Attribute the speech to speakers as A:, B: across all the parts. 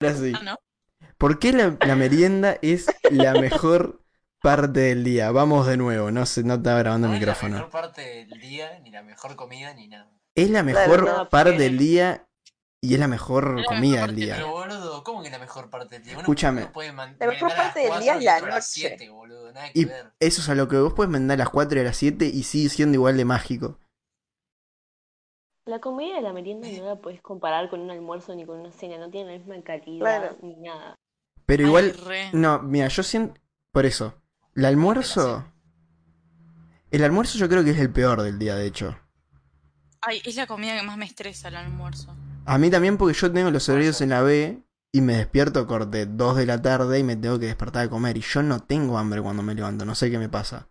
A: Así.
B: Ah, ¿no?
A: ¿Por qué la, la merienda es la mejor parte del día? Vamos de nuevo, no se no estaba grabando el
C: No es
A: micrófono.
C: La mejor parte del día, ni la mejor comida, ni nada.
A: Es la
D: Claro,
A: mejor
D: no,
A: parte
D: porque-
A: del día y es la mejor
B: Es la
A: comida
B: mejor
A: del
B: que-
A: día.
C: Pero boludo, ¿cómo que la mejor parte del día? Uno-
A: Escúchame.
C: uno puede man-
D: La mejor
C: merendar a las
D: parte del día
C: cuatro
D: es
C: y
D: la
C: otro a las
D: noche.
C: siete, boludo, nada que
A: Y
C: ver.
A: eso es a lo que vos puedes mandar a las 4 y a las 7 y sigue siendo igual de mágico.
E: La comida de la merienda no la podés comparar con un almuerzo ni con una cena, no tiene la misma calidad
D: Claro.
E: ni nada.
A: Pero
B: Ay,
A: igual,
B: re.
A: no, mira, yo siento. Por eso, el almuerzo. El almuerzo yo creo que es el peor del día, de hecho.
B: Ay, es la comida que más me estresa el almuerzo.
A: A mí también, porque yo tengo los horarios en la B y me despierto corte 2 de la tarde y me tengo que despertar a comer. Y yo no tengo hambre cuando me levanto, no sé qué me pasa.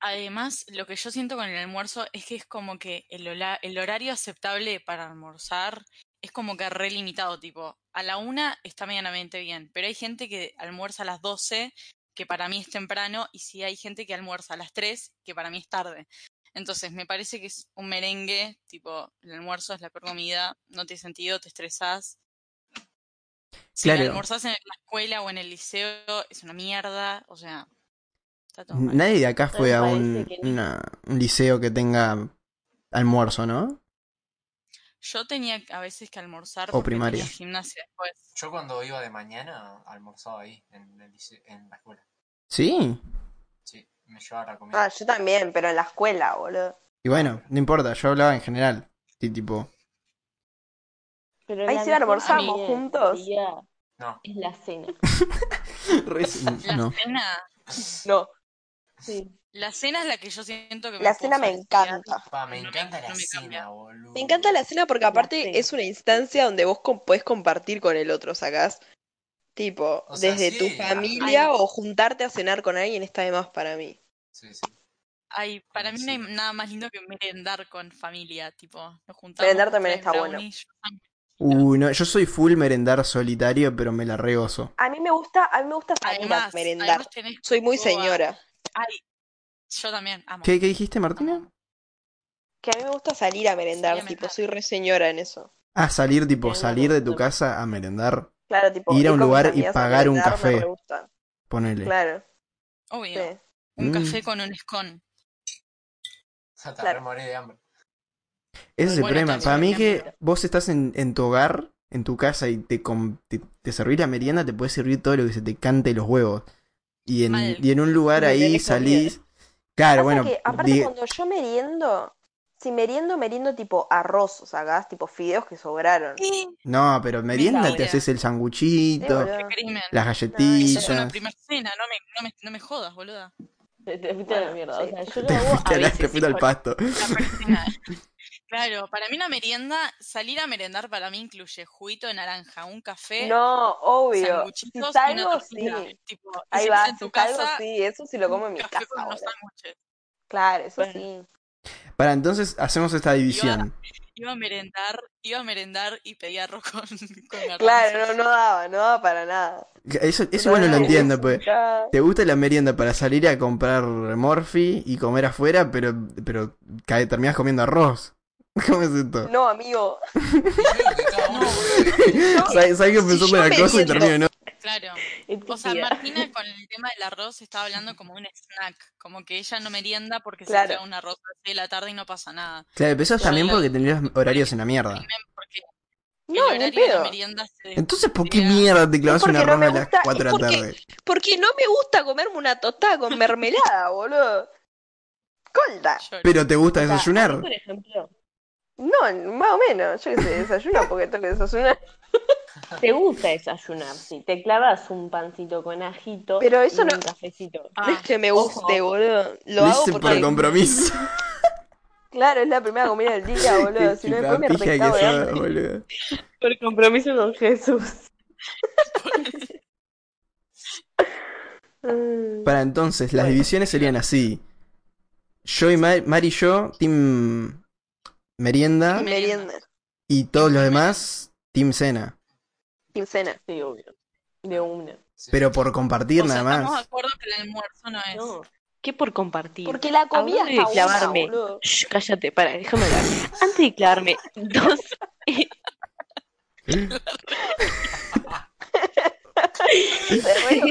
B: Además, lo que yo siento con el almuerzo es que es como que el, hola- el horario aceptable para almorzar es como que re limitado, tipo, a la una está medianamente bien, pero hay gente que almuerza a las 12, que para mí es temprano, y si hay gente que almuerza a las 3, que para mí es tarde. Entonces, me parece que es un merengue, tipo, el almuerzo es la peor comida, no tiene sentido, te estresás. Si
A: Claro.
B: almorzás en la escuela o en el liceo, es una mierda, o sea, está todo mal.
A: Nadie de acá fue a
E: Pero me
A: un,
E: parece que no.
A: una- un liceo que tenga almuerzo, ¿no?
B: Yo tenía a veces que almorzar
A: O
B: porque
A: primaria.
B: tenía gimnasia después.
C: Yo cuando iba de mañana almorzaba ahí, en, el lice- en la escuela.
A: Sí.
C: Sí, me llevaba la comida.
D: Ah, yo también, pero en la escuela, boludo.
A: Y bueno, no importa, yo hablaba en general. Sí, tipo,
E: Pero
D: Ahí
E: la
D: sí
E: mejor
D: almorzamos
E: comida del
D: juntos.
E: día
C: No.
E: Es la cena.
A: re-
B: La
A: Ah, no.
B: cena,
D: No,
E: Sí.
B: la cena es la que yo siento que me
D: la
B: puedo
D: cena me
B: fastidiar.
D: encanta.
C: Pa, me
B: No me-
C: encanta la
B: no me
C: cena,
B: cambia.
C: boludo.
D: Me encanta la cena porque
E: cena.
D: aparte es una instancia donde vos com- podés compartir con el otro, sacás. Tipo,
C: O sea,
D: desde
C: sí,
D: tu
C: a-
D: familia
B: hay-
D: o juntarte a cenar con alguien está de más para mí.
C: Sí, sí.
B: Ay, para mí no hay
C: Sí.
B: nada más lindo que merendar con familia, tipo, nos juntamos.
D: Merendar
B: con
D: también
B: tres
D: está bueno.
B: brownies, yo también.
A: Uy, no, yo soy full merendar solitario, pero me la regozo.
D: A mí me gusta, a mí me gusta salir a
B: Además,
D: merendar.
B: además tenés,
D: Soy muy
B: Boa.
D: señora.
B: yo también amo.
A: ¿Qué, qué dijiste, Martina?
D: Que a mí me gusta salir a merendar,
B: Sí, a
D: tipo,
B: merendar.
D: soy re señora en eso.
A: Ah, salir, tipo,
E: Merendar
A: salir de tu
E: con-
A: casa a merendar,
D: Claro, tipo,
A: Ir a un
D: con mis
A: lugar y
D: amigas a
A: pagar un
D: merendar me
A: café.
D: re gusta.
A: ponele.
D: Claro,
B: Obvio,
D: sí.
B: un
A: Mm.
B: café con un scone.
C: Hasta
D: Claro.
C: me morí de hambre.
A: Ese es el
B: Bueno,
A: problema.
B: también,
A: Para mí
B: también,
A: que
B: pero-
A: vos estás en, en tu hogar, en tu casa, y te, com- te, te servís la merienda, te puedes servir todo lo que se te cante los huevos. Y en,
B: Mal.
A: y en un lugar
D: Y
A: ahí
D: tenés comida.
A: salís. Claro,
D: Pasa
A: bueno,
D: que, aparte,
A: di-
D: cuando yo meriendo, si meriendo, meriendo tipo arroz, o sea, sacás tipo fideos que sobraron. Sí,
A: no, pero merienda te
B: Mira.
A: haces el sanguchito,
D: boludo.
B: Crimen.
A: las
B: Eso es una
A: galletitas.
B: primera cena, no me, no me, no me jodas, boluda.
E: Te, te fuiste a la
D: Bueno,
E: mierda.
D: sí.
E: O sea, yo lo
A: Te
E: hago
A: fuiste
E: a
A: al-
E: veces,
A: te fuiste al
E: hijo.
A: pasto.
B: La persona. Claro, para mí una merienda, salir a merendar para mí incluye juguito de naranja, un café,
D: No, obvio. Si
B: sanguchitos y una
D: salgo, sí.
B: tortilla. Tipo, te
D: Ahí
B: sentás
D: va,
B: en
D: si
B: tu
D: salgo,
B: casa,
D: sí. Eso sí lo como en mi
B: café
D: casa,
B: con unos
D: boludo.
B: sándwiches.
D: Claro, eso
E: Bueno.
D: sí.
A: Para entonces hacemos esta división.
B: Iba a merendar, iba a merendar y pedía arroz con, con garbanzos.
D: Claro, no, no daba, no daba para nada.
A: Eso, eso bueno lo
D: Totalmente
A: entiendo, pues.
D: desubicada.
A: Te gusta la merienda para salir a comprar Morphy y comer afuera, pero, pero cae- terminás comiendo arroz. ¿Cómo es esto?
D: No, amigo.
C: Y creo que cada uno-
A: ¿Sabes sabes que pensó
D: yo
A: para la cosa y
D: meriendo-
A: termino en otra?
B: Claro. O sea,
E: Estúpida.
B: Martina con el tema del arroz estaba hablando como un snack, como que ella no merienda porque
D: Claro.
B: se trae un arroz a las seis de la tarde y no pasa nada.
A: Claro, pero eso es
B: Claro.
A: también porque tenías horarios en la mierda.
B: Crimen, Porque
D: No,
B: el
D: ni
B: horario de la
D: pedo.
B: merienda se
A: Entonces, ¿por qué
B: Mira.
A: mierda te clavas
D: Es
A: una
D: porque no
A: ronda
D: me
A: a las
D: gusta,
A: 4 de
D: es
A: la
D: porque-
A: tarde?
D: Porque no me gusta comerme una tostada con mermelada, boludo. Colda.
B: llora.
A: Pero te gusta
E: O sea, a mí,
A: desayunar.
E: Por ejemplo,
D: No, más o menos. Yo que sé, desayuno porque tengo que desayunar.
E: te gusta desayunar, sí. Te clavas un pancito con ajito
D: Pero eso
E: y
D: no-
E: un cafecito.
D: No es
B: Ah,
D: que me
B: ojo.
D: guste, boludo. Lo
A: Lo
D: hago
A: hice
D: porque,
A: por compromiso.
D: claro, es la primera comida del día, boludo. Si no,
A: Qué
D: después me ¿eh?
A: pija que
D: recabo de
A: sos,
D: hambre.
A: boludo.
E: Por compromiso con Jesús.
D: Mm.
A: Para entonces, las
E: Bueno.
A: divisiones serían así. Yo y Mari, Mari y yo, Team Merienda,
B: Team
D: Merienda,
A: y todos los demás, Team Cena.
D: quincena.
E: Sí, obvio. De una.
C: Sí.
A: Pero por compartir
B: o sea,
A: nada
B: Estamos de
A: más.
B: acuerdo que el almuerzo no es.
E: No. ¿Qué por compartir?
D: Porque la comida
E: Hablando de
D: está buena,
E: clavarme.
D: boludo.
E: Shh, cállate, para, déjame hablar. Antes de clavarme, dos.
D: Se re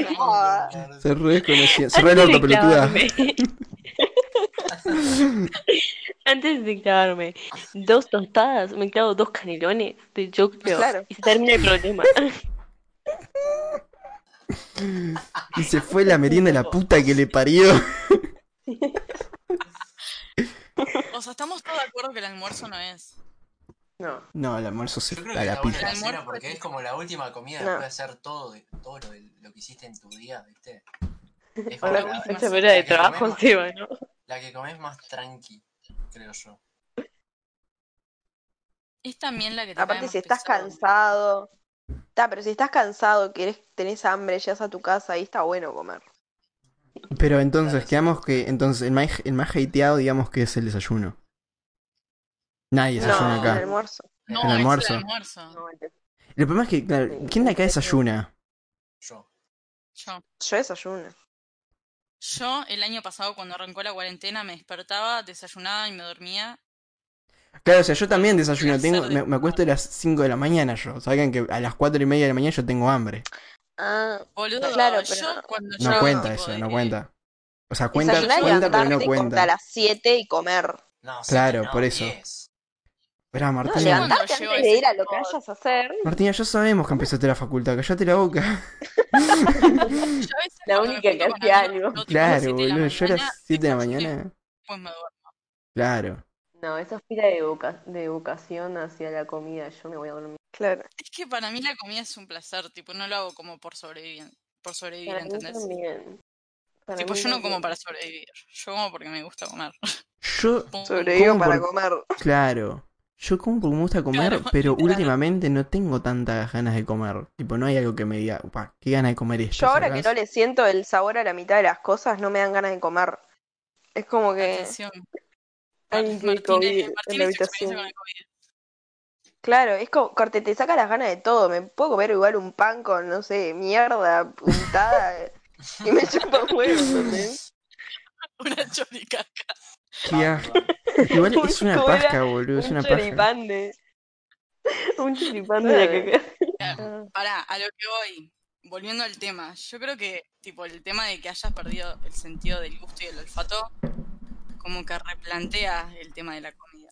D: enojaba.
A: Se re desconocía. Se re el orto, pelotuda.
E: Antes de clavarme dos tostadas, me clavo dos canelones de choclo
D: Claro.
E: y se termina el problema.
A: Y se fue la merienda de la puta que le parió.
B: O sea, estamos todos de acuerdo que el almuerzo no es.
D: No.
A: No, el almuerzo se
C: Yo creo
A: está
C: que
A: a
C: la
A: la
C: buena
A: pija.
C: la cena porque es como la última comida
D: No.
C: después de hacer todo, de- todo lo, de- lo que hiciste en tu día, ¿viste? Es como
E: Ahora,
C: la,
E: esta hora de
C: que
E: trabajo
C: comés más-
E: se va, ¿no?
C: la que comes más tranqui, creo yo.
B: Es también la que te cae
D: Aparte,
B: más
D: si estás
B: pesado.
D: cansado. Ta, pero si estás cansado, querés, tenés hambre, llegas a tu casa, ahí está bueno comer.
A: Pero entonces,
C: Claro, sí.
A: quedamos que. Entonces, el más, el más hateado, digamos que es el desayuno. Nadie desayuna
D: No, el
A: acá.
D: almuerzo.
B: No,
A: El
B: es
A: almuerzo.
B: el almuerzo.
A: El problema es que, claro, ¿quién de acá desayuna?
C: Yo.
B: Yo.
D: Yo desayuno.
B: Yo, el año pasado, cuando arrancó la cuarentena, me despertaba, desayunaba y me dormía.
A: Claro, o sea, yo también desayuno.
B: Placer
A: Tengo,
B: de
A: me, me acuesto a las 5 de la mañana yo. Saben que a las 4 y media de la mañana yo tengo hambre.
D: Ah,
B: Boludo,
D: Claro, pero
B: yo
D: no-
B: cuando yo
A: No
B: era
A: cuenta
B: tipo
A: eso,
B: de
A: no
B: que-
A: cuenta. O sea, cuenta,
D: desayunar y
A: cuenta pero no
D: levantarte a
A: cuenta.
D: las 7 y comer.
C: No, sí,
A: Claro,
C: no,
A: por eso.
C: 10.
A: Esperá,
D: No,
A: Martina.
B: levanta-
D: levantaste
B: Cuando
D: antes
B: llego a
D: de
B: ese
D: ir a lo que
B: punto-
D: vayas a hacer.
A: Martina, ya sabemos que empezaste la facultad. Callate la boca.
B: Yo a veces
E: La
B: cuando
E: única
B: me junto
E: que
B: con
E: hacía
B: amigos,
E: algo.
B: yo tipo a las
A: Claro,
B: siete de la
A: boludo. Yo a
B: mañana,
A: las 7 de la
B: desayuno y
A: mañana.
B: después me duermo.
A: Claro.
E: No, eso es pila de, voca- de vocación hacia la comida. Yo me voy a dormir.
D: Claro.
B: Es que para mí la comida es un placer, tipo, no lo hago como por sobrevivir, por sobrevivir,
E: Para mí
B: ¿entendés?
E: también. Para
B: Tipo,
E: mí
D: pues
B: yo no como
E: también.
B: para sobrevivir, yo como porque me gusta comer.
A: Yo,
B: Punto.
D: Sobrevivo
A: ¿Cómo
D: para
A: por-
D: comer.
A: claro. Yo como porque me gusta comer,
B: Claro,
A: pero
B: literal.
A: últimamente no tengo tantas ganas de comer. Tipo, no hay algo que me diga, "Upa, qué ganas de comer esto.
D: Yo ahora que
A: ¿sacás?
D: no le siento el sabor a la mitad de las cosas, no me dan ganas de comer. Es como que.
B: Atención.
D: Ay, qué
B: Martínez-
D: Eh, COVID en la
B: Martínez se experimenta
D: habitación.
B: con el COVID.
D: Claro, es como. Corte, te saca las ganas de todo. Me puedo comer igual un pan con, no sé, mierda puntada. y me chupa un huevo, ¿entendés?
B: Una choricaca.
A: Qué
C: Ah,
A: asco. Igual es una
D: Como era
A: pasca, boludo. Es
D: un
A: una pasca.
D: choripán de.
E: Un choripán de la
D: Claro.
E: caca.
B: Pará, a lo que voy, volviendo al tema, yo creo que, tipo, el tema de que hayas perdido el sentido del gusto y el olfato, como que replantea el tema de la comida.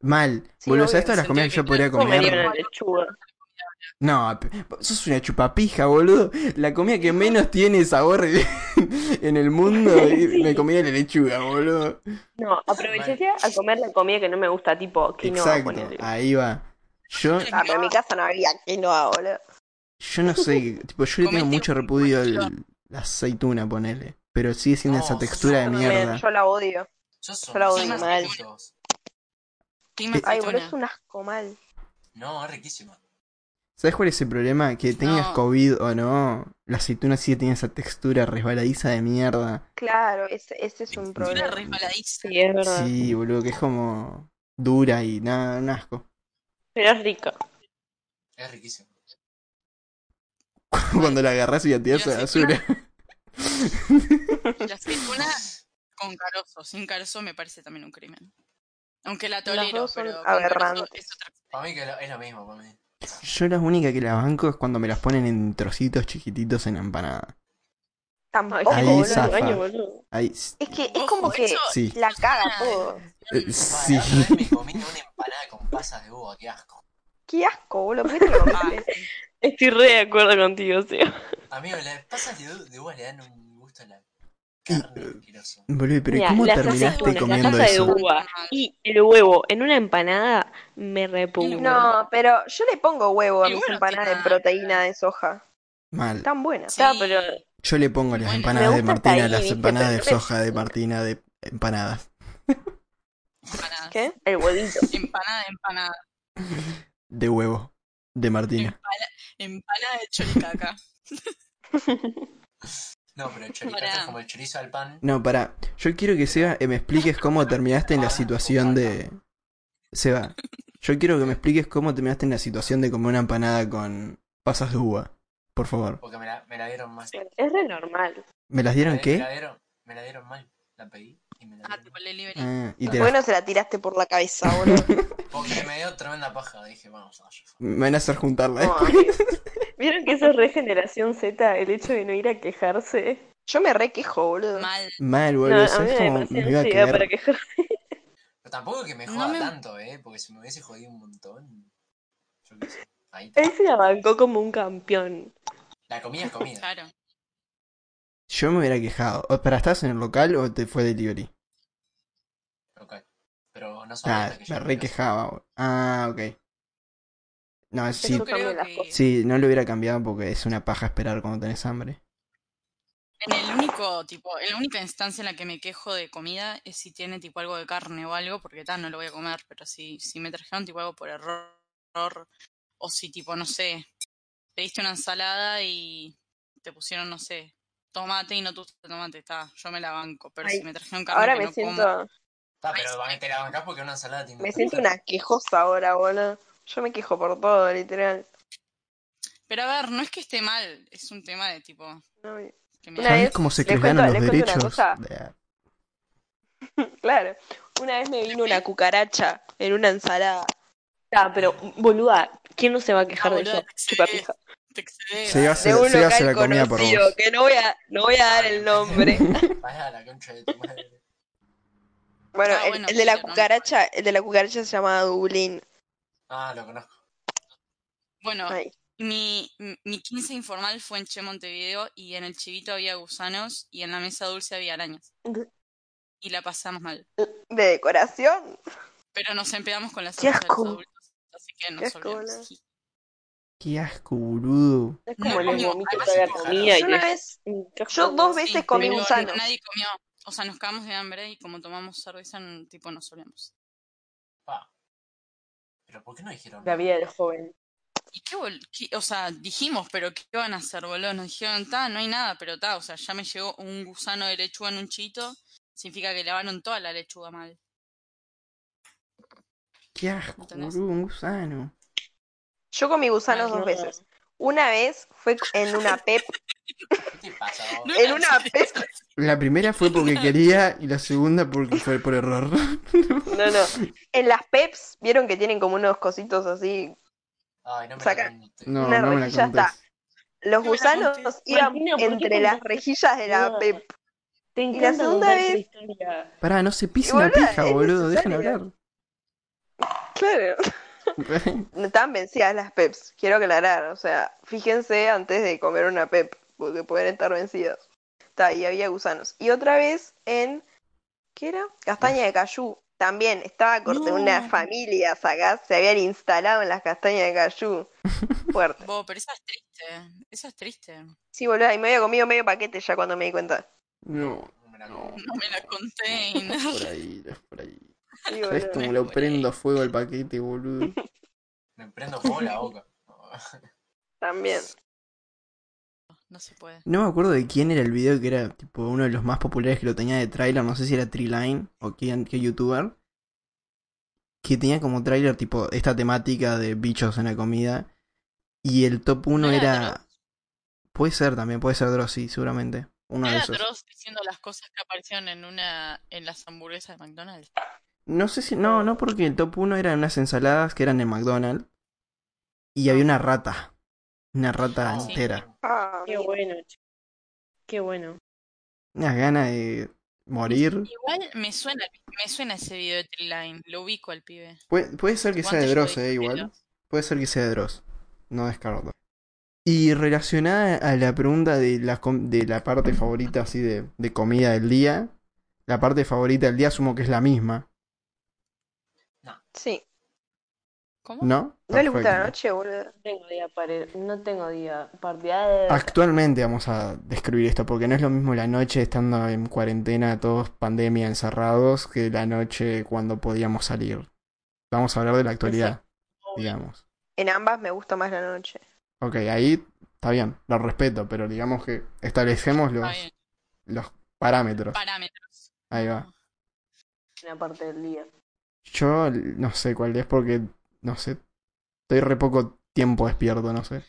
A: Mal.
D: Sí,
A: Boludo,
D: obvio,
A: ¿sabes todas las
B: sentí
A: comidas que
B: que
A: yo
B: te-
A: podría
E: Comería
A: comer?
E: una lechuga.
A: No, p- sos una chupapija, boludo. La comida que menos tiene sabor en el mundo y me comía la lechuga, boludo.
E: No, aprovecharía a comer la comida que no me gusta, tipo quinoa.
A: Exacto,
E: ponele.
A: ahí va. Yo,
D: Ah, pero en mi casa no había quinoa, boludo.
A: yo no sé, tipo, yo le tengo
B: Comete
A: mucho
B: un
A: repudio al-
B: cuchillo.
A: la aceituna, ponele. Pero sigue siendo
C: No,
A: esa
C: sos
A: textura de
C: una
A: mierda.
D: Yo la odio.
C: Yo soy
D: Yo la
B: odio mal. Team
D: Ay, boludo,
B: aceituna.
D: es un asco mal.
C: No, es riquísima.
A: ¿Sabes cuál es el problema? Que tengas
B: No.
A: COVID o no, la aceituna sigue tiene esa textura resbaladiza de mierda.
D: Claro, ese, ese es un
B: Una
D: problema.
B: resbaladiza.
E: Sí, es verdad.
A: Sí, boludo, que es como dura y nada, un asco.
E: Pero es rica.
C: Es riquísima.
A: Cuando la agarras y la tirás
B: Y
A: a
B: la
A: la basura.
B: La aceituna con carozo, sin carozo me parece también un crimen. Aunque la
D: Las
B: tolero,
D: dos son
B: pero con carozo
D: aberrantes.
B: es otra
A: Eh,
B: cosa.
C: Para mí que lo- es lo mismo, para mí.
A: Yo la única que la banco es cuando me las ponen en trocitos chiquititos en la empanada.
D: Tampoco,
A: Ahí
D: boludo.
A: zafa.
E: baño, boludo.
A: Ahí, s-
D: Es que es
B: Ojo,
D: como que
B: eso-
A: sí.
D: la caga todo.
A: eh,
C: Ah,
A: sí.
C: la otra vez me comí una empanada con pasas de uva, qué asco.
D: Qué asco, boludo. ¿por qué te lo
B: Ah,
D: comiste?
E: Estoy re de acuerdo contigo, Seba.
C: Amigo, las pasas de, u- de uva le dan un gusto a la carne asqueroso.
A: Boludo, pero ¿y
E: Mira,
A: ¿cómo
E: las
A: terminaste
E: aceitunas, la
A: comiendo
E: salsa de
A: eso?
E: uva y el huevo en una empanada me repugna.
D: No, pero yo le pongo huevo a
B: Y
D: mis
B: bueno,
D: empanadas de
B: tiene-
D: proteína de soja.
A: Mal.
D: Están buenas.
B: Sí.
E: Está, pero
A: Yo le pongo las
B: Bueno,
A: empanadas
E: me
A: de
E: gusta hasta
A: Martina,
E: ahí,
A: las
E: ¿viste?
A: empanadas de
E: Pero no me-
A: soja de Martina, de empanadas.
B: empanada,
D: ¿Qué?
E: el huevito.
B: empanada, empanada.
A: De huevo. De Martina.
B: Empanada de choricaca.
C: No, pero el chorizo
B: Pará.
C: es como el chorizo al pan.
A: No, pará. Yo quiero que Seba eh, me expliques cómo terminaste en la situación de. Seba, yo quiero que me expliques cómo terminaste en la situación de comer una empanada con pasas de uva. Por favor.
C: Porque me la, me la dieron más.
E: Es re normal.
A: ¿Me las
C: Me
A: dieron
C: la- Me
A: qué?
C: la dieron, me la dieron mal. La pedí y me la
B: Ah,
C: dieron.
B: tipo, delivery.
A: Ah, y te las-
D: Bueno, se la tiraste por la cabeza, boludo.
C: mal. Porque me dio tremenda paja. Dije, vamos, allá.
A: Me van a hacer juntarla.
E: No,
D: eh.
A: después.
E: amigo. Vieron que que eso es regeneración Z, el hecho de no ir a quejarse.
D: Yo me re quejo,
E: Ah.
D: boludo.
B: Mal.
A: Mal,
E: No,
A: boludo.
E: a
A: eso
E: mí
A: es
E: me
A: como. Me iba
E: parece
A: a
E: llega
A: quedar.
E: para quejarse.
C: Pero tampoco que me
B: No
C: joda
B: me-
C: tanto, ¿eh? Porque si me hubiese jodido un montón. Yo qué sé. Ahí está.
E: Él se la bancó como un campeón.
C: La comida es comida.
B: Claro.
A: Yo me hubiera quejado. O, ¿Para estás en el local o te fue delivery?
C: Ok. Pero no sabía
A: Ah,
C: hasta que
A: me
C: llegué a
A: re
C: mi casa.
A: quejaba. boludo. Ah, ok. No, sí,
E: Eso cambia
B: Creo
E: las
B: que-
E: cosas.
A: sí, no lo hubiera cambiado porque es una paja esperar cuando tenés hambre.
B: En el único, tipo, en la única instancia en la que me quejo de comida es si tiene tipo algo de carne o algo, porque tal, no lo voy a comer, pero si, si me trajeron tipo algo por error, o si tipo, no sé, pediste una ensalada y te pusieron, no sé, tomate y no tuviste tomate, está, yo me la banco, pero
D: Ay,
B: si me trajeron carne
D: Ahora
B: que
D: me
B: no como,
D: siento.
C: Ah, pero van- te la bancás porque una ensalada tiene
D: Me
C: tanta
D: siento una quejosa ahora, boludo. Yo me quejo por todo, literal.
B: pero a ver, no es que esté mal, es un tema de tipo,
D: No, me-
B: que me
D: Una
B: da-
A: ¿Sabés
D: vez-
A: cómo se
D: les
A: crearon
D: cuento-
A: los
D: les cuento
A: derechos?
D: una
A: de-
D: Claro. Una vez me vino una cucaracha en una ensalada.
E: Ah, pero, boluda, ¿quién no se va a quejar
B: Ah,
E: de
B: boluda,
E: eso?
B: sí.
E: Chupapija.
B: te excedes.
A: Se iba a hacer-
D: Eh, De un
A: se iba a hacer la
D: local
A: comida por
D: conocido,
A: vos.
D: que no voy a, no voy a dar el nombre.
C: Vaya a la concha de tu madre.
D: Bueno,
B: Ah,
D: el,
B: bueno,
D: el de la
B: pero no-
D: cucaracha, el de la cucaracha se llama Dublín.
C: Ah, lo conozco.
B: Bueno,
D: Ay,
B: Mi, mi mi 15 informal fue en Che Montevideo y en el chivito había gusanos y en la mesa dulce había arañas.
E: Ujú.
B: Y la pasamos mal.
D: de decoración.
B: Pero nos empedamos con las
D: Qué
B: arañas de los
D: asco.
B: adultos, así que nos
D: asco,
B: olvidamos.
D: boludo.
B: Sí.
A: Qué asco, boludo.
E: Es
B: No,
E: como les
B: como-
E: vomito
C: ah,
E: toda la
C: sí,
E: comida y
D: Yo una
E: les-
D: vez,
E: Mm, qué
D: yo
E: asco.
D: dos veces comí
B: pero
D: gusano.
B: Nadie comió. O sea, nos cagamos de hambre y como tomamos cerveza, n- tipo, nos olvidamos.
C: Pa. Pero ¿por qué no dijeron?
E: La vida del joven.
B: ¿Y qué, bol- qué- O sea, dijimos, pero ¿qué van a hacer, boludo? Nos dijeron, ta, no hay nada, pero ta, o sea, ya me llegó un gusano de lechuga en un chito. Significa que lavaron toda la lechuga mal.
A: Qué asco,
B: ¿Entendés?
A: boludo, un gusano.
D: Yo comí gusanos
E: Ay,
D: dos
E: no.
D: veces. Una vez fue en una pep,
C: ¿Qué te pasa vos?
B: No
D: en
B: era
D: una
B: así.
D: pep,
A: La primera fue porque quería y la segunda porque fue por error.
E: No, no.
D: en las peps, vieron que tienen como unos cositos así.
C: Ay, no me
D: Saca-
C: la conté.
A: No,
D: Una
A: no me la
D: rejilla
A: contés.
D: está. Los
B: No me la
D: gusanos
B: contés.
D: iban
E: Martina, ¿por qué
D: entre las
E: contaste
D: rejillas de la
E: esa
D: pep.
E: Te
D: la
E: encanta
D: segunda
E: contar tu
D: vez-
E: historia.
A: Pará, no se pise
D: Y
A: la
D: boluda,
A: pija,
D: es
A: boludo, dejen
D: necesario.
A: hablar.
D: Claro. No estaban vencidas las peps, quiero aclarar. O sea, fíjense antes de comer una pep, porque pueden estar vencidas. Está, y había gusanos. Y otra vez en. ¿Qué era? Castaña de cayú. También estaba corte
B: No.
D: una familia acá, se habían instalado en las castañas de cayú. Fuerte.
B: Bo, pero esa es triste. Esa es triste. No
D: Sí, boludo, y me había comido medio paquete ya cuando me di cuenta.
A: No,
C: No me la
A: no.
B: me la conté. Inés.
A: Por ahí, no es por ahí.
D: Sí,
A: ¿Sabes
D: boludo.
A: cómo
B: es
A: lo
B: por
A: prendo a
B: ahí.
A: fuego al paquete, boludo?
C: Me prendo fuego la boca.
D: También.
B: No se puede.
A: No me acuerdo de quién era el video que era tipo uno de los más populares que lo tenía de trailer, no sé si era Treeline o quién, qué youtuber. Que tenía como trailer tipo esta temática de bichos en la comida. Y el top 1
B: ¿No era
A: era. Puede ser también, puede ser Dross, sí, seguramente. Uno de
B: Era
A: esos.
B: Dross diciendo las cosas que aparecieron en una en las hamburguesas de McDonald's.
A: No sé si. No, no, porque el top 1 eran unas ensaladas que eran en McDonald's. Y había una rata. Una rata
B: Ah,
C: No.
A: entera.
D: Ah,
E: Qué bueno, che. Qué bueno.
A: Unas ganas de morir.
B: Igual me suena, me suena ese video de Triline, lo ubico al pibe.
A: Puede, puede ser que sea de
B: Guante yo
A: Dross,
B: de
A: eh, igual.
B: Dross.
A: Puede ser que sea de Dross. No descarto. Y relacionada a la pregunta de la, com- de la parte favorita así de, de comida del día, la parte favorita del día asumo que es la misma,
D: sí.
B: ¿Cómo?
A: ¿no?
D: ¿No les gusta
A: Perfecto.
D: la noche, boludo?
E: No tengo día para... No tengo día partida de...
A: Actualmente vamos a describir esto, porque no es lo mismo la noche estando en cuarentena, todos pandemia encerrados, que la noche cuando podíamos salir. Vamos a hablar de la actualidad, digamos.
D: En ambas me gusta más la noche.
A: Ok, ahí está bien, lo respeto, pero digamos que establecemos los,
B: Está bien,
A: los parámetros.
B: parámetros.
A: Ahí va.
E: Una parte del día.
A: Yo no sé cuál es porque, no sé, estoy re poco tiempo despierto, no sé.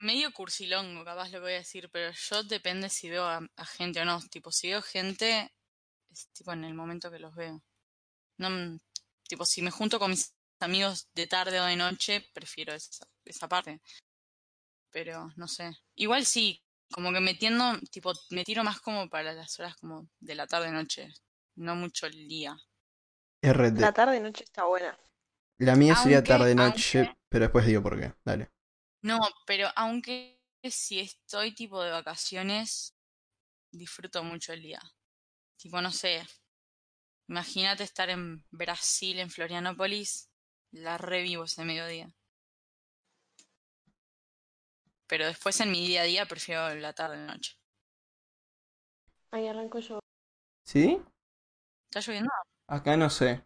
B: Medio cursilongo, capaz lo que voy a decir, pero yo depende si veo a, a gente o no. Tipo, si veo gente, es tipo en el momento que los veo. No, m- tipo, si me junto con mis amigos de tarde o de noche, prefiero esa, esa parte. pero no sé. Igual sí, como que metiendo, tipo, me tiro más como para las horas como de la tarde-noche, no mucho el día.
A: RT.
D: La tarde noche está buena.
A: La mía sería
B: Aunque-
A: tarde-noche,
B: aunque-
A: pero después digo por qué. Dale.
B: No, pero aunque si estoy tipo de vacaciones, disfruto mucho el día. Tipo, no sé, imagínate estar en Brasil, en Florianópolis, la revivo ese mediodía. Pero después en mi día a día prefiero la tarde-noche.
E: Ahí arranco yo.
A: ¿Sí?
B: ¿Está lloviendo?
A: Acá no sé.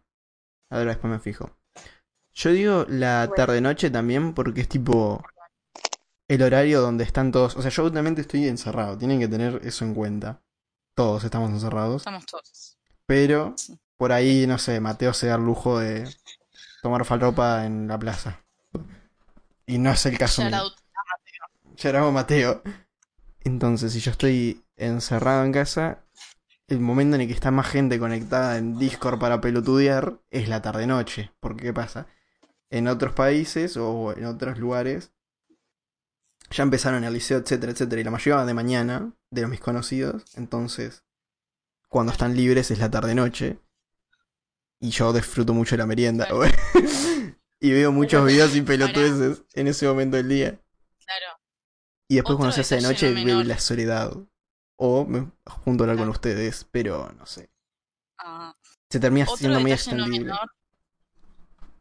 A: Ahora después me fijo. Yo digo la tarde-noche también porque es tipo el horario donde están todos. O sea, yo obviamente estoy encerrado, tienen que tener eso en cuenta. Todos estamos encerrados.
B: Estamos todos.
A: Pero
B: Sí.
A: por ahí, no sé, Mateo se da el lujo de tomar falopa en la plaza. Y no es el caso
B: Shout
A: mío.
B: out.
A: Lloramos Mateo. Entonces, si yo estoy encerrado en casa, el momento en el que está más gente conectada en Discord para pelotudear es la tarde-noche. Porque, ¿qué pasa? En otros países o en otros lugares ya empezaron el liceo, etcétera, etcétera. Y la mayoría van de mañana, de los mis conocidos. Entonces, cuando están libres es la tarde-noche. Y yo disfruto mucho de la merienda,
B: Claro.
A: güey. Y veo muchos videos y pelotudeces en ese momento del día.
B: Claro.
A: Y después
B: Otro
A: cuando se hace de
B: detalle
A: noche
B: no
A: veo
B: menor.
A: la soledad. O me junto a hablar con
B: Claro.
A: ustedes, pero no sé.
B: Ah,
A: Se termina
B: otro
A: siendo muy
B: detalle no
A: extendible.
B: menor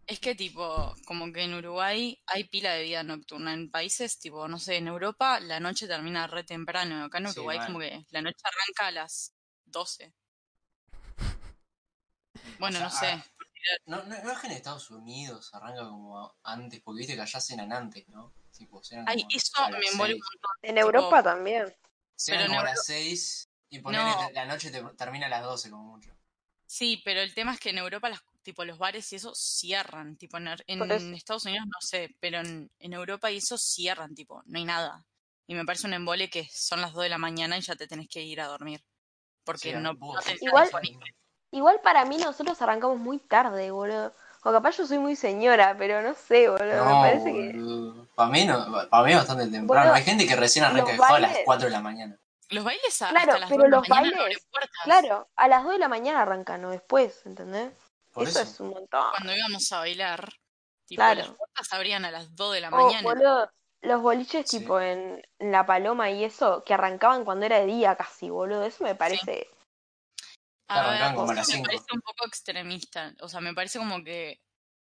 B: es que tipo, como que en Uruguay hay pila de vida nocturna. En países tipo, no sé, en Europa la noche termina re temprano. Acá en
C: Sí,
B: Uruguay
C: mal.
B: como que la noche arranca a las 12. Bueno,
C: O sea,
B: no sé.
C: ah, No, no, no es que en Estados Unidos arranca como a- antes, porque viste que allá cenan antes, ¿no? Tipo, cenan
B: Ay,
C: como
B: eso
C: a las
B: me envuelve un
C: seis.
B: montón.
D: En
B: Tipo,
D: Europa también.
B: pero
C: Cenan
B: en
C: como a
B: Euro-
C: las 6 y ponele
B: No.
C: la, la noche te- termina a las 12 como mucho.
B: Sí, pero el tema es que en Europa las, tipo los bares y eso cierran, tipo en, Ar-
D: Por eso.
B: en Estados Unidos no sé, pero en, en Europa y eso cierran, tipo, no hay nada. Y me parece un embole que son las 2 de la mañana y ya te tenés que ir a dormir. Porque
C: Sí,
B: no,
C: vos,
B: no te
C: vos,
B: está
E: Igual-
B: disponible.
E: Igual para mí nosotros arrancamos muy tarde, boludo.
D: O capaz yo soy muy señora, pero no sé,
C: No,
D: boludo. me parece que.
C: Para mí, no, pa' mí es bastante temprano.
D: Boludo,
C: Hay gente que recién arranca
D: los
C: de juego a las
D: bailes-
C: 4 de la mañana.
B: Los bailes a,
D: Claro,
B: hasta las 2
D: pero
B: de la
D: los
B: mañana no
D: bailes,
B: abren puertas.
D: Claro, a las 2 de la mañana arrancan, no después, ¿entendés?
C: Por
D: eso,
C: eso.
D: es un montón.
B: Cuando íbamos a bailar, tipo,
D: Claro.
B: las puertas abrían a las 2 de la
D: O,
B: mañana.
D: Oh, boludo, los boliches
C: Sí.
D: tipo en La Paloma y eso, que arrancaban cuando era de día casi, boludo. Eso me parece.
B: A ver,
C: arrancaban como a
B: eso
C: las
B: me
C: cinco.
B: parece un poco extremista. O sea, me parece como que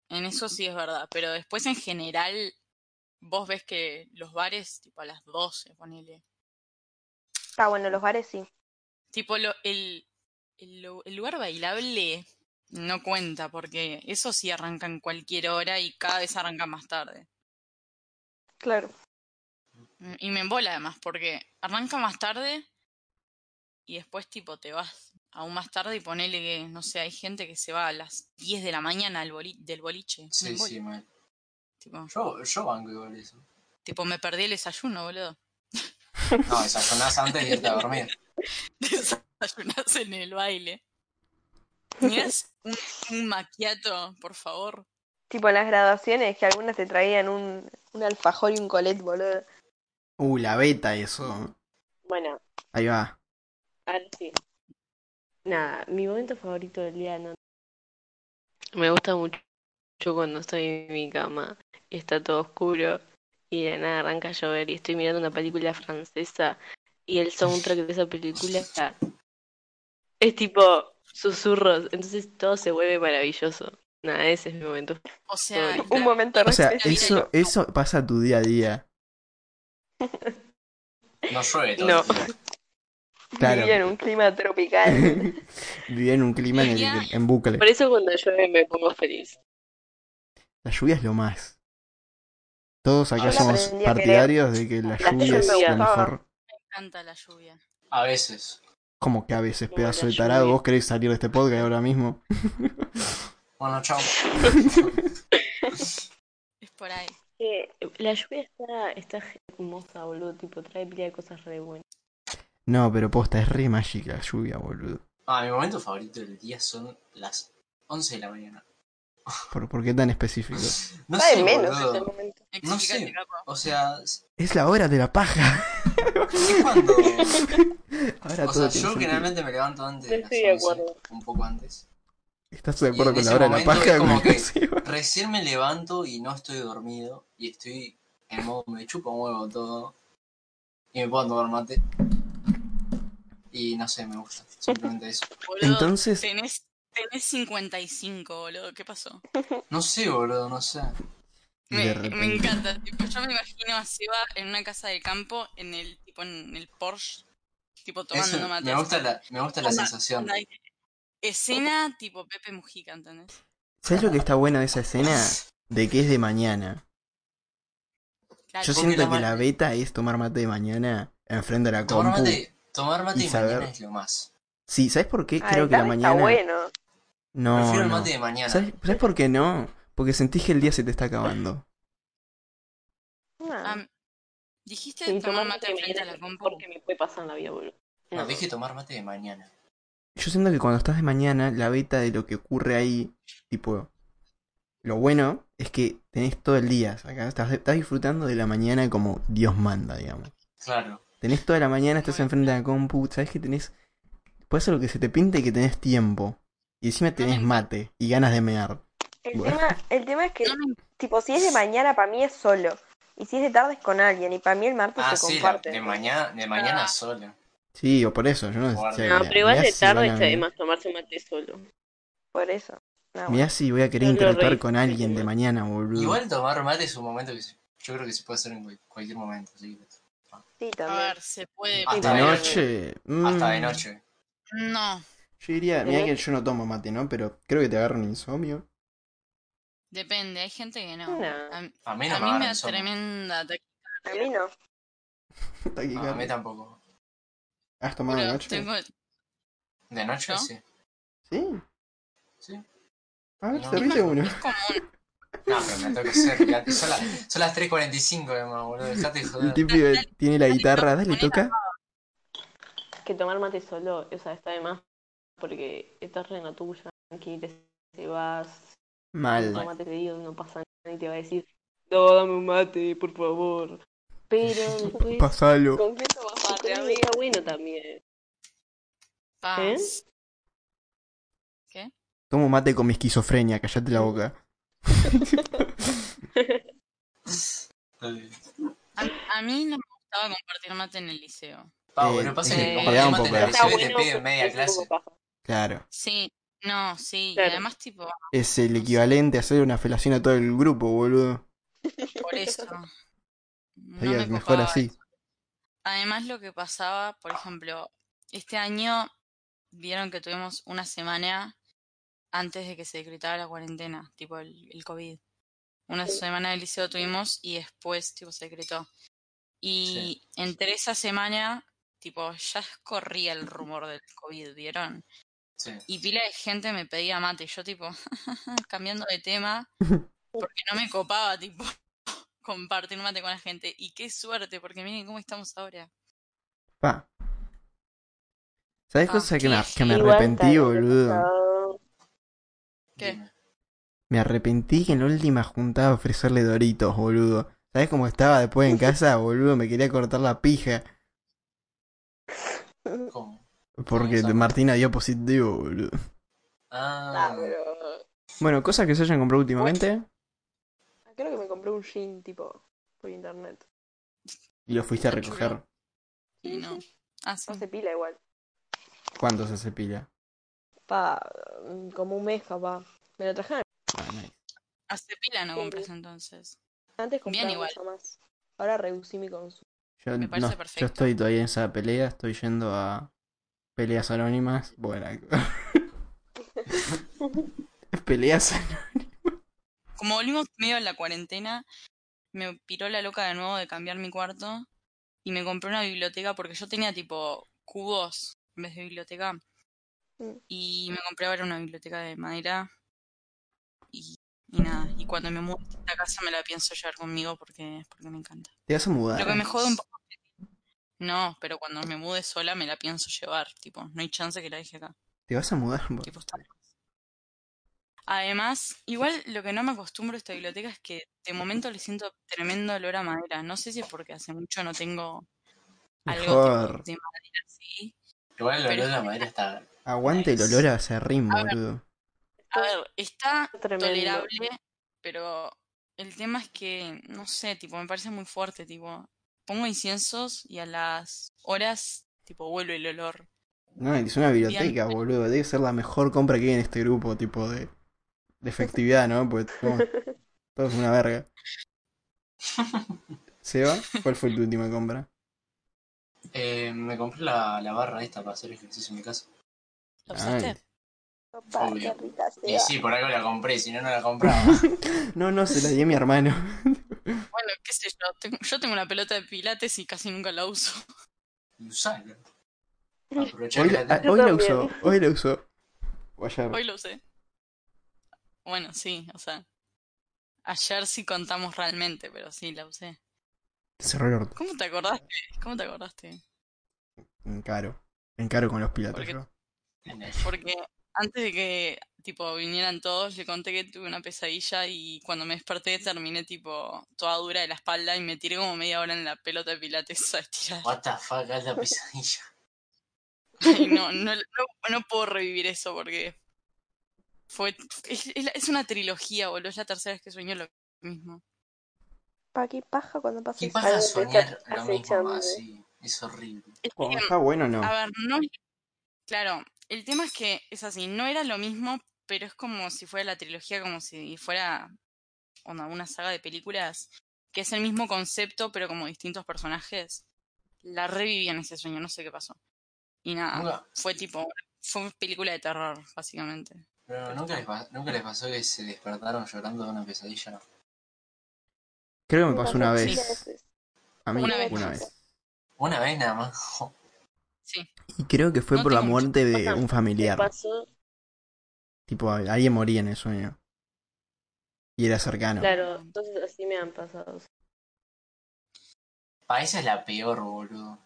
B: en eso sí es verdad. Pero después en general, vos ves que los bares, tipo a las 12, ponele.
D: Está bueno, los bares sí.
B: Tipo, lo- el, el, lu- el lugar bailable no cuenta, porque eso sí arranca en cualquier hora y cada vez arranca más tarde.
D: Claro.
B: Mm, Y me embola además, porque arranca más tarde y después tipo te vas aún más tarde y ponele que, no sé, hay gente que se va a las 10 de la mañana al boli- del boliche. Me
C: Sí,
B: embola,
C: sí, mal.
B: Tipo,
C: Yo, yo banco igual eso.
B: tipo, me perdí el desayuno, boludo.
C: No, desayunás antes de irte a dormir.
B: Desayunás en el baile. ¿Tenías un, un maquiato, por favor?
D: Tipo en las graduaciones que algunas te traían un, un alfajor y un colet, boludo.
A: Uh, la beta eso.
E: Bueno,
A: Ahí va.
E: ahora sí. Nada, mi momento favorito del día no. Me gusta mucho cuando estoy en mi cama y está todo oscuro y de nada arranca a llover y estoy mirando una película francesa y el soundtrack de esa película es tipo susurros, entonces todo se vuelve maravilloso. Nada, ese es mi momento.
B: O sea,
E: Un
D: Un
B: claro,
D: momento
A: O sea,
D: re especial.
A: eso, eso pasa tu día a día.
C: No llueve todo.
E: No.
C: el día.
A: Claro.
D: Vivía en un clima tropical.
A: Vivía en un clima en, el, que- en bucle.
E: Por eso cuando llueve me pongo feliz.
A: La lluvia es lo más. Todos acá
C: Yo la
A: somos
D: aprendí a
A: partidarios de que la
D: La
A: lluvia es
E: lluvia.
A: la mejor.
B: me encanta la lluvia.
C: A veces.
A: Como que a veces,
E: Como
A: pedazo
E: la
A: de tarado,
E: lluvia.
A: vos querés salir de este podcast ahora mismo.
C: Bueno, chao.
B: Es por ahí.
E: Eh, La lluvia está, está hermosa, boludo, tipo trae pila de cosas re buenas.
A: No, pero posta, es re mágica la lluvia, boludo.
C: Ah, mi momento favorito del día son las 11 de la mañana.
A: ¿Por, por qué tan específico?
C: No
D: Va de
C: sé,
D: menos
C: boludo.
D: en este momento.
C: No sé.
B: Explícate, capo.
C: O sea,
A: Es la hora de la paja.
C: es cuando.
A: Ahora
C: o
A: todo tiene
C: sea, yo
A: sentido.
C: generalmente me levanto antes.
D: No
C: las
D: estoy de
C: 11,
D: acuerdo.
C: Un poco antes.
A: ¿Estás de
C: Y
A: acuerdo
C: en
A: con la
C: ese
A: hora de la
C: momento
A: paja?
C: es como
A: Con
C: que-
A: exclusiva?
C: Recién me levanto y no estoy dormido. Y estoy en modo me chupa un huevo todo. Y me puedo tomar mate. Y no sé, me gusta. Simplemente eso.
B: Boludo,
A: Entonces,
B: tenés, tenés 55, boludo. ¿Qué pasó?
C: No sé, boludo, no sé.
A: Y
B: Me,
A: de
B: me
A: repente-
B: encanta. tipo, yo me imagino a Seba en una casa del campo, en el, tipo, en el Porsche, tipo tomando
C: Eso,
B: mate.
C: me gusta la, me gusta la
B: Onda,
C: sensación.
B: onda, Escena tipo Pepe Mujica, ¿entendés?
A: ¿sabes lo que está bueno de esa escena? De que es de mañana.
D: Ah,
B: Claro.
A: Yo
C: Porque
A: siento
C: la
A: que la
C: ma-
A: beta es tomar mate de mañana enfrente de la
C: Tomar
A: compu.
C: mate, tomar mate
A: Y
C: y mañana
A: saber.
C: es lo más.
A: Sí, ¿sabes por qué?
D: Ah,
A: Creo
D: el
A: que la
D: Dami
A: mañana...
D: Está bueno.
A: No,
C: Prefiero el
A: no.
C: mate de mañana.
A: ¿Sabes, sabes por qué no? Porque sentís que el día se te está acabando.
D: Ah,
B: Ah, Dijiste
E: Y
B: tomar
E: tomar
B: mate frente a la compu.
E: porque me puede pasar en la vida, boludo.
C: No, dije tomar mate de mañana.
A: Yo siento que cuando estás de mañana, la beta de lo que ocurre ahí, tipo... Lo bueno es que tenés todo el día, acá estás, estás disfrutando de la mañana como Dios manda, digamos.
C: Claro.
A: Tenés toda la mañana, estás
B: Bueno.
A: enfrente de la compu, sabés que tenés. Puedes hacer lo que se te pinte y que tenés tiempo. Y
C: Ah,
A: encima tenés mate y ganas de mear.
D: el,
A: Bueno.
D: tema, el tema es que,
B: No me-
D: tipo, si es de mañana, para mí es solo. Y si es de tarde, es con alguien. Y para mí el
B: Pues
D: martes
C: Ah,
D: se
C: sí, la-
D: comparte.
C: de mañana, de mañana
B: Ah.
C: solo.
A: Sí, o por eso, yo no sé.
C: Guarda.
A: si-
E: No,
A: mirá-
E: pero igual
A: mirá
E: de
A: si
E: tarde
A: van a-
E: está de más tomarse un mate solo.
D: Por eso. No, bueno.
A: Mirá si voy a querer
E: No, no,
A: interactuar
E: reí.
A: con alguien de mañana, boludo.
C: Igual tomar mate es un momento que se- yo creo que se puede hacer en cual- cualquier momento. así que-
D: Sí,
B: A
D: también.
B: ver, se puede.
C: Hasta
A: de
C: de
A: noche. mm,
C: Hasta de noche.
B: No,
A: Yo diría,
E: De
A: mirá que
E: noche.
A: yo no tomo mate, ¿no? Pero creo que te agarro un insomnio.
B: depende. Hay gente que no.
E: No.
B: A, mí- a
C: A mí no me
B: mí me
C: agarra
B: da
C: insomnio.
B: tremenda. ta-
D: A mí no.
C: No, Ah, a mí
A: Taquicardia.
C: tampoco.
A: ¿Has tomado de
B: juro,
A: noche?
B: tengo-
C: De noche
B: ¿No?
C: sí.
A: Sí.
C: Sí.
A: A ver,
C: No.
A: servite uno.
B: Es como un-
C: No, pero me tengo que ser. ya- Son las, son las 3.45 de más, boludo. Dejate de
A: El
C: joder.
A: tipo tiene la guitarra, dale, toca.
E: Que tomar mate solo, o sea, está de más porque estás re en la tuya, tranquila, te vas,
A: Mal.
E: tomate seguido, no pasa nada y te va a decir, no, dame un mate, por favor. Pero después,
A: Pasalo.
D: ¿Con quién tomas mate,
E: está
D: amigo?
E: bueno también. ¿Eh?
B: Paz.
A: Tomo mate con mi esquizofrenia, callate la boca.
B: A, a mí no me gustaba compartir mate en el liceo.
C: Pa,
A: Eh,
C: boludo, pasa
E: eh,
C: que
E: te da
C: compartir
E: un
C: mate
A: poco
C: en
A: de-
C: el
A: Está
C: liceo y te piden media
E: pero es un
C: clase.
E: poco paja.
A: Claro.
B: Sí, no, sí. Y
E: Claro.
B: además, tipo,
A: Es el equivalente a hacer una felación a todo el grupo, boludo.
B: por eso. No
A: Oiga,
B: me
A: mejor
B: copaba
A: así.
B: Además, lo que pasaba, por ejemplo, este año vieron que tuvimos una semana antes de que se decretara la cuarentena, tipo el, el COVID. Una semana de liceo tuvimos y después, tipo, se decretó. Y entre esa semana, tipo, ya corría el rumor del COVID, ¿vieron?
C: Sí.
B: Y pila de gente me pedía mate. Yo, tipo, cambiando de tema, porque no me copaba, tipo, compartir mate con la gente. Y qué suerte, porque miren cómo estamos ahora.
A: Pa. ¿Sabes
B: Ah,
A: cosas que me,
B: sí.
A: que me
E: Igual
A: arrepentí,
E: está
A: boludo?
E: complicado.
B: ¿Qué?
C: Dime.
A: Me arrepentí que en la última juntada ofrecerle doritos, boludo. ¿Sabes cómo estaba después en casa, boludo? Me quería cortar la pija.
C: ¿Cómo?
A: Porque
C: Exacto.
A: Martina dio positivo, boludo.
C: Ah,
D: Ah, pero...
A: Bueno, cosas que se hayan comprado últimamente.
D: Creo que me compré un jean, tipo, por internet.
A: Y lo fuiste a recoger.
B: Y no. Ah, sí.
D: No se pila igual.
A: ¿Cuánto se cepilla?
D: Pa, mm, como un mes, capaz. Me lo trajeron.
A: Ah, nice.
B: Hace pila no
D: Sí.
B: compras entonces.
D: Antes compraba
B: igual.
D: mucho más. Ahora reducí mi consumo.
A: Yo,
B: Me parece
A: no, yo
B: perfecto.
A: estoy todavía en esa pelea, estoy yendo a peleas anónimas. Bueno, peleas anónimas.
B: Como volvimos medio en la cuarentena, me piró la loca de nuevo de cambiar mi cuarto y me compré una biblioteca porque yo tenía tipo cubos en vez de biblioteca.
D: Mm.
B: Y me compré ahora una biblioteca de madera. Y, y nada, y cuando me mude a esta casa me la pienso llevar conmigo porque, porque me encanta.
A: Te vas a
B: Lo que
A: mudar.
B: me jode un poco. No, pero cuando me mude sola me la pienso llevar, tipo, no hay chance que la deje acá.
A: Te vas a mudar. bo-
B: Tipo, está- Además, igual lo que no me acostumbro a esta biblioteca es que de momento le siento tremendo olor a madera. No sé si es porque hace mucho no tengo algo que
A: Mejor.
B: de madera así.
C: Igual el
B: Pero-
C: olor de la madera está.
A: Aguante el olor a serrín,
B: A ver.
A: boludo.
B: A ver, está
E: Tremendo.
B: tolerable, pero el tema es que, no sé, tipo, me parece muy fuerte, tipo. Pongo inciensos y a las horas, tipo, vuelve el olor.
A: No, es una biblioteca,
B: Bien.
A: boludo. Debe ser la mejor compra que hay en este grupo, tipo de, de efectividad, ¿no? Pues, Porque somos todos una verga. Seba, ¿cuál fue tu última compra?
C: Eh, me compré la, la barra esta para hacer ejercicio en mi casa.
B: ¿Lo usaste?
A: Ay.
D: Papá,
C: Obvio.
D: qué rica
C: Y
D: sea.
C: sí, por algo la compré, si no, no la compraba.
A: Ah, No, no, se la di a mi hermano.
B: Bueno, qué sé yo, tengo- yo tengo una pelota de pilates y casi nunca la uso.
C: Y usala. Aprovechá
A: Hoy
C: que
A: la,
C: la tenés.
A: ah, hoy la
E: Yo
A: usó,
E: también.
A: hoy la usó. O ayer.
B: Hoy lo usé. Bueno, sí, o sea. Ayer sí contamos realmente, pero sí la usé.
A: Te cerró el orto.
B: ¿Cómo te acordaste? ¿Cómo te acordaste?
A: Encaro. Encaro con los pilates
B: Porque-
A: yo.
B: Porque antes de que tipo vinieran todos, le conté que tuve una pesadilla y cuando me desperté terminé tipo toda dura de la espalda y me tiré como media hora en la pelota de pilates a estirar.
C: What the fuck, alta pesadilla.
B: Ay, no, no, no, no puedo revivir eso porque fue es, es la- es una trilogía, boludo, es la tercera vez que sueño lo mismo.
D: Pa' qué paja cuando pasa
C: ¿Qué
D: eso?
C: pasa
E: Algo que
C: soñar
E: ah, estás
C: lo mismo
E: acechando.
D: ¿eh?
E: eh.
C: así? Es horrible.
B: Es
A: Cuando
B: que-
A: está bueno, no.
B: A ver, no. Claro, el tema es que es así, no era lo mismo, pero es como si fuera la trilogía, como si fuera onda, una saga de películas, que es el mismo concepto, pero como distintos personajes. La reviví en ese sueño, no sé qué pasó. Y nada,
C: Nunca,
B: fue tipo, fue una película de terror, básicamente.
C: pero nunca, les, pa- nunca les pasó que se despertaron llorando de una pesadilla. ¿no?
A: Creo que me pasó una vez.
D: veces.
A: A mí,
B: Una vez.
A: una vez.
C: Una vez nada más.
B: Sí,
A: Y creo que fue
B: No
A: por la
B: tengo mucho.
A: muerte de un
E: ¿Qué
A: familiar.
E: pasó?
A: Tipo, alguien moría en el sueño. Y era cercano.
E: Claro, entonces así me han pasado.
C: Pa, esa es la peor, boludo.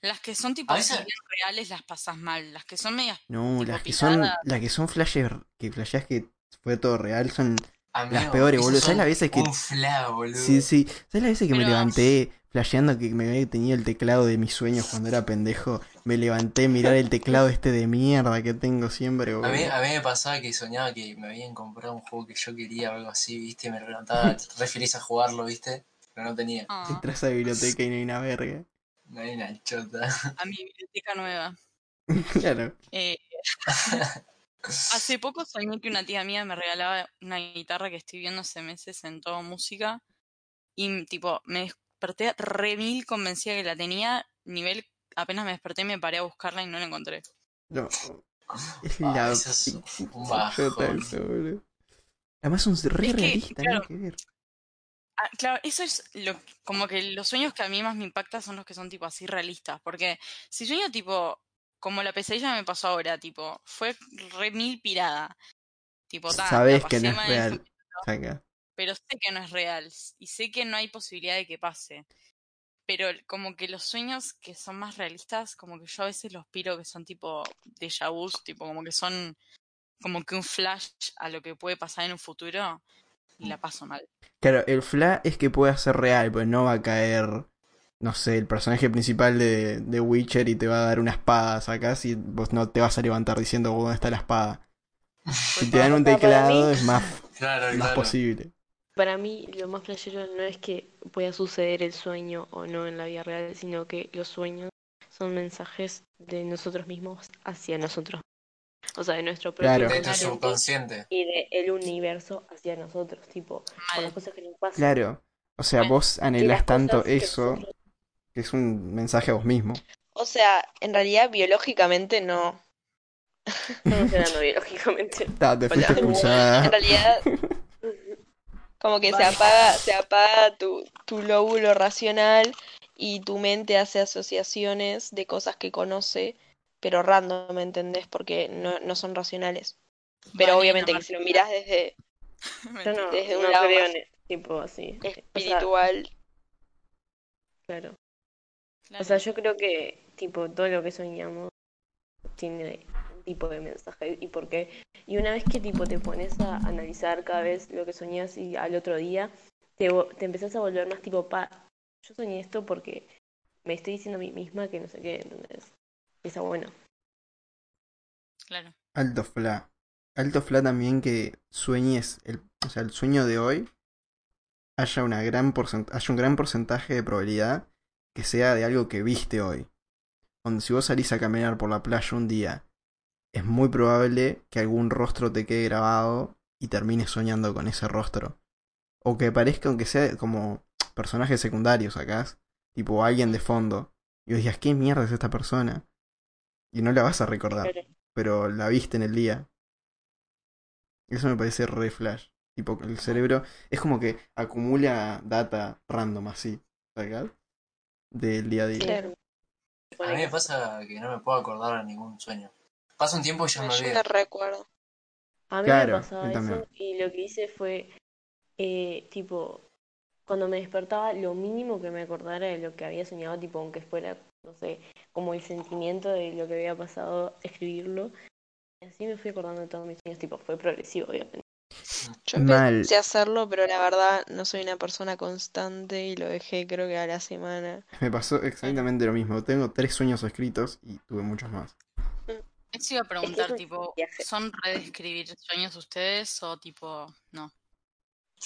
B: las que son tipo
C: A veces-
B: si bien reales las pasas mal, las que son medias
A: No,
B: Tipo
A: las que son,
B: picada.
A: las que son flashes, que flasheas que fue todo real, son...
C: Amigo,
A: Las peores, boludo. ¿Sabes
C: esos
A: las
C: son
A: veces que-
C: Un fla, boludo.
A: Sí, sí. ¿Sabes las veces que me
B: Pero-
A: levanté flasheando que me había tenido el teclado de mis sueños cuando era pendejo? Me levanté a mirar el teclado este de mierda que tengo siempre,
C: A mí,
A: boludo.
C: a mí me pasaba que soñaba que me habían comprado un juego que yo quería o algo así, viste, me levantaba re feliz a jugarlo, viste, pero no tenía,
B: ah,
A: Entras a la biblioteca y no hay una verga.
C: no hay una chota.
B: a mi biblioteca nueva.
A: Claro.
B: Eh,
D: Ah,
B: hace poco soñé que una tía mía me regalaba una guitarra que estoy viendo hace meses en todo música y m- tipo me desperté re mil convencida que la tenía, nivel apenas me desperté me paré a buscarla y no la encontré.
A: No. Es
C: Ah,
A: la
C: eso es un
A: puta chota
C: bajón.
A: eso, boludo. Además es un re
B: Es que,
A: realista, nada
B: claro.
A: que ver.
B: Ah, claro, eso es lo como que los sueños que a mí más me impactan son los que son tipo así realistas, porque si sueño tipo como la pesadilla me pasó ahora, tipo, fue re mil pirada. Tipo, ta, la
A: Sabes que no
B: pasé
A: es
B: mal,
A: real. Saca.
B: pero sé que no es real y sé que no hay posibilidad de que pase. Pero el- como que los sueños que son más realistas, como que yo a veces los piro que son tipo déjà vu, tipo como que son como que un flash a lo que puede pasar en un futuro y
E: Mm.
B: la paso mal.
A: Claro, el fla es que pueda ser real, pues no va a caer, no sé, el personaje principal de, de Witcher y te va a dar una espada, sacás y vos no te vas a levantar diciendo "Oh, dónde está la espada. Si te dan un
E: O sea, para
A: teclado
E: mí-
A: es más,
C: Claro,
A: más
C: claro.
A: posible.
E: Para mí, lo más flashero no es que pueda suceder el sueño o no en la vida real, sino que los sueños son mensajes de nosotros mismos hacia nosotros. O sea, de nuestro propio
A: Claro.
C: De tu
E: consciente
C: subconsciente.
E: y de el universo hacia nosotros, tipo, por las cosas que nos pasan.
A: Claro, o sea,
B: Bueno,
A: vos
E: y las
A: anhelás tanto
E: cosas que
A: eso
E: nosotros-
A: que es un mensaje a vos mismo.
D: O sea, en realidad biológicamente no.
E: No estoy hablando biológicamente.
A: Ta, te fuiste
E: Hola.
A: expulsada.
D: En realidad, como que se apaga, se apaga tu, tu lóbulo racional y tu mente hace asociaciones de cosas que conoce, pero random, ¿me entendés? Porque no, no son racionales. Pero
B: Vanina,
D: obviamente que
B: Mar-
D: si lo mirás desde
E: Yo no,
D: Desde
E: no
D: un lado
E: creo
D: más
E: en el- tipo así. O sea,
D: espiritual,
E: claro. O
B: Claro.
E: sea, yo creo que tipo todo lo que soñamos tiene tipo de mensaje y por qué. Y una vez que tipo te pones a analizar cada vez lo que soñás y al otro día, te, vo- te empezás a volver más tipo, pa, yo soñé esto porque me estoy diciendo a mí misma que no sé qué, ¿entendés? Y está bueno.
B: Claro.
A: Alto fla. Alto fla también que sueñes, el, o sea, el sueño de hoy haya, una gran porcent- haya un gran porcentaje de probabilidad que sea de algo que viste hoy. Donde si vos salís a caminar por la playa un día, es muy probable que algún rostro te quede grabado y termines soñando con ese rostro. O que aparezca, aunque sea como personajes secundarios, sacás. Tipo alguien de fondo. Y vos digas, ¿qué mierda es esta persona? Y no la vas a recordar
E: Claro.
A: pero la viste en el día. Eso me parece re flash. Tipo, el cerebro es como que acumula data random así, ¿sacás? Del día a día.
E: Claro.
C: A mí me pasa que no me puedo acordar de ningún sueño. Pasa un tiempo y ya me
D: Yo
C: olvido.
D: no recuerdo.
E: A mí
A: Claro,
E: me
A: yo
E: pasaba
A: también.
E: eso y lo que hice fue, eh, tipo, cuando me despertaba, lo mínimo que me acordara de lo que había soñado, tipo, aunque fuera, no sé, como el sentimiento de lo que había pasado, escribirlo. Y así me fui acordando de todos mis sueños, tipo, fue progresivo, obviamente.
D: Yo
A: Mal.
D: empecé a hacerlo, pero la verdad no soy una persona constante y lo dejé creo que a la semana.
A: Me pasó exactamente lo mismo. Tengo tres sueños escritos y tuve muchos más.
B: Eso iba a preguntar,
E: un
B: tipo,
E: viaje.
B: ¿son redes escribir sueños ustedes o tipo, no?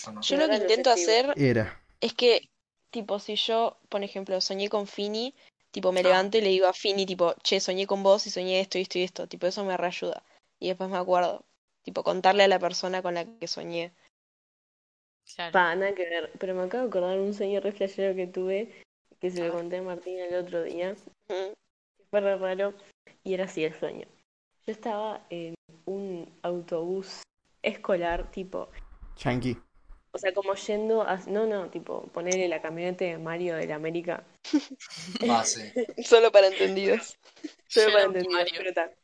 C: Yo no.
D: Yo
E: Yo
D: lo
E: ahora
D: que
E: lo
D: intento
E: escribo.
D: hacer
A: Era.
D: es que, tipo, si yo, por ejemplo, soñé con Fini, tipo, me
B: Ah.
D: levanto y le digo a Fini, tipo, che, soñé con vos y soñé esto y esto y esto. Tipo, eso me reayuda. Y después me acuerdo. Tipo, contarle a la persona con la que soñé.
B: Claro.
E: Pa, nada que ver, pero me acabo de acordar un sueño re flashero que tuve, que se
A: Ah.
E: lo conté a Martín el otro día.
D: Ujú.
E: fue re raro y era así el sueño. Yo estaba en un autobús escolar, tipo,
A: Yankee.
E: o sea, como yendo a... No, no, tipo, ponerle la camioneta de Mario de la América.
C: Ah, sí.
D: Solo para entendidos.
E: Solo para
B: Shadow
E: entendidos,
B: Mario.
E: pero tal.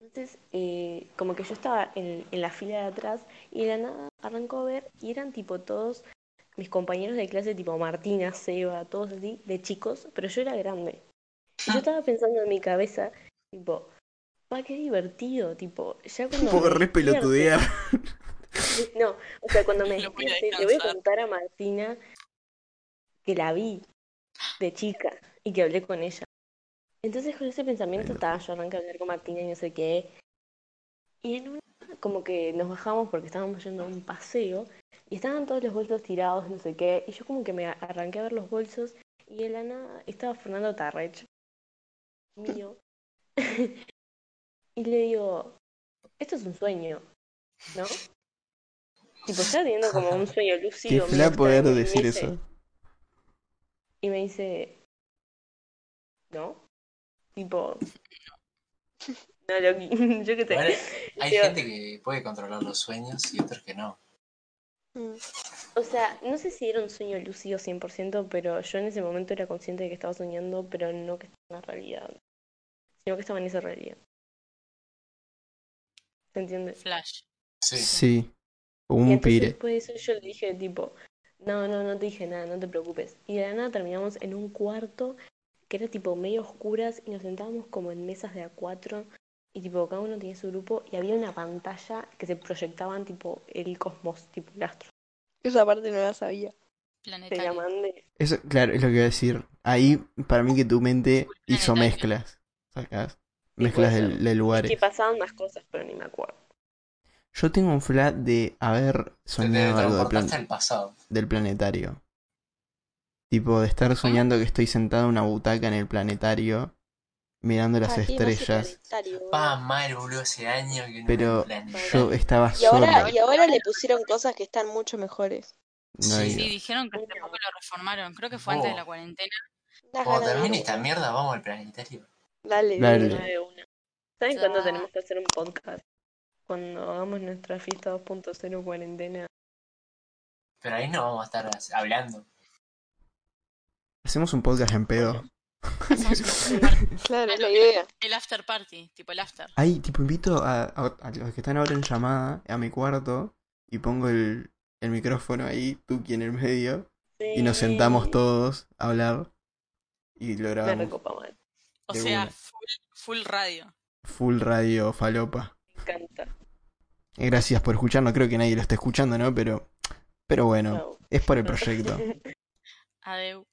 E: Entonces, eh, como que yo estaba en, en la fila de atrás y de la nada arrancó a ver y eran tipo todos mis compañeros de clase, tipo Martina, Seba, todos así, de chicos, pero yo era grande. Y yo estaba pensando en mi cabeza, tipo, va, qué divertido, tipo, ya cuando.
A: Puedo
E: me
A: re
E: despierte-
A: pelotudear.
E: No, o sea, cuando me
B: Lo voy a
E: despierte, le voy a
B: descansar.
E: contar a Martina que la vi de chica y que hablé con ella. Entonces con ese pensamiento
A: Pelotudo.
E: estaba yo arranca a hablar con Martina y no sé qué. Y en una, como que nos bajamos porque estábamos yendo a un paseo y estaban todos los bolsos tirados, no sé qué. Y yo como que me a- arranqué a ver los bolsos y de la nada estaba Fernando Tarrech, mío. y le digo, esto es un sueño, ¿no? Tipo, estaba teniendo como un sueño
A: Qué
E: lúcido. medio
A: fla poder
E: extraño, y me
A: decir
E: dice-
A: eso.
E: Y me dice, ¿no? Tipo, no, lo, yo qué sé.
C: Igual hay
E: Digo,
C: gente que puede controlar los sueños y otros que no.
D: Mm.
E: O sea, no sé si era un sueño lúcido 100%, pero yo en ese momento era consciente de que estaba soñando, pero no que estaba en la realidad, sino que estaba en esa realidad. ¿Se entiende?
B: Flash.
C: Sí.
A: Sí.
E: y
A: Un
E: entonces
A: pire.
E: después de eso yo le dije tipo, no, no, no te dije nada, no te preocupes. Y de la nada terminamos en un cuarto que era tipo medio oscuras y nos sentábamos como en mesas de a cuatro y tipo cada uno tenía su grupo y había una pantalla que se proyectaban tipo el cosmos, tipo el astro.
D: Esa parte no la sabía.
E: Te
B: Planetario.
E: la mandé.
A: Eso, claro, es lo que iba a decir. Ahí, para mí que tu mente hizo
B: Planetario.
A: mezclas. ¿Sacás? Mezclas
E: puede
A: de,
E: ser.
A: de
E: Es
A: lugares.
E: que pasaban más cosas, pero ni me acuerdo.
A: Yo tengo un flat de haber
C: Te te
A: soñado algo de plan-
C: transportaste al pasado.
A: del planetario. Tipo, de estar soñando que estoy sentado en una butaca en el planetario, mirando las
D: Ah, tiene más
A: estrellas.
D: planetario.
C: Pa, mal, boludo, hace años que no
A: Pero
C: planteé.
A: yo estaba
D: Y ahora,
A: solo.
D: y ahora le pusieron cosas que están mucho mejores.
A: No
C: Sí,
A: hay-
B: Sí, dijeron que hace
E: Bueno.
B: poco lo reformaron. Creo que fue antes de la
C: Oh.
B: cuarentena.
D: Unas
C: Cuando
D: ganas de ir,
C: termine esta
D: boludo.
C: mierda, vamos al planetario.
D: Dale, de
A: Dale.
E: De
D: una.
E: una de una. ¿Saben
B: Ya.
E: cuándo tenemos que hacer un podcast? Cuando hagamos nuestra fiesta 2.0 cuarentena.
C: Pero ahí no vamos a estar as- hablando.
A: Hacemos un podcast en pedo.
B: Hacemos un after party.
D: Claro, es la idea.
B: El after party, tipo el after.
A: Ahí, tipo, invito a, a- a los que están ahora en llamada a mi cuarto y pongo el, el micrófono ahí, Tuki en el medio, y nos sentamos todos a hablar y lo
E: Me
A: grabamos.
E: recopa mal.
B: O
A: De
B: sea,
A: una.
B: full, full radio.
A: Full radio falopa. Eh,
E: Me encanta.
A: Gracias por escucharnos. Creo que nadie lo está escuchando, ¿no? Pero, pero bueno,
E: Chau.
A: es por el proyecto.
B: Adeu.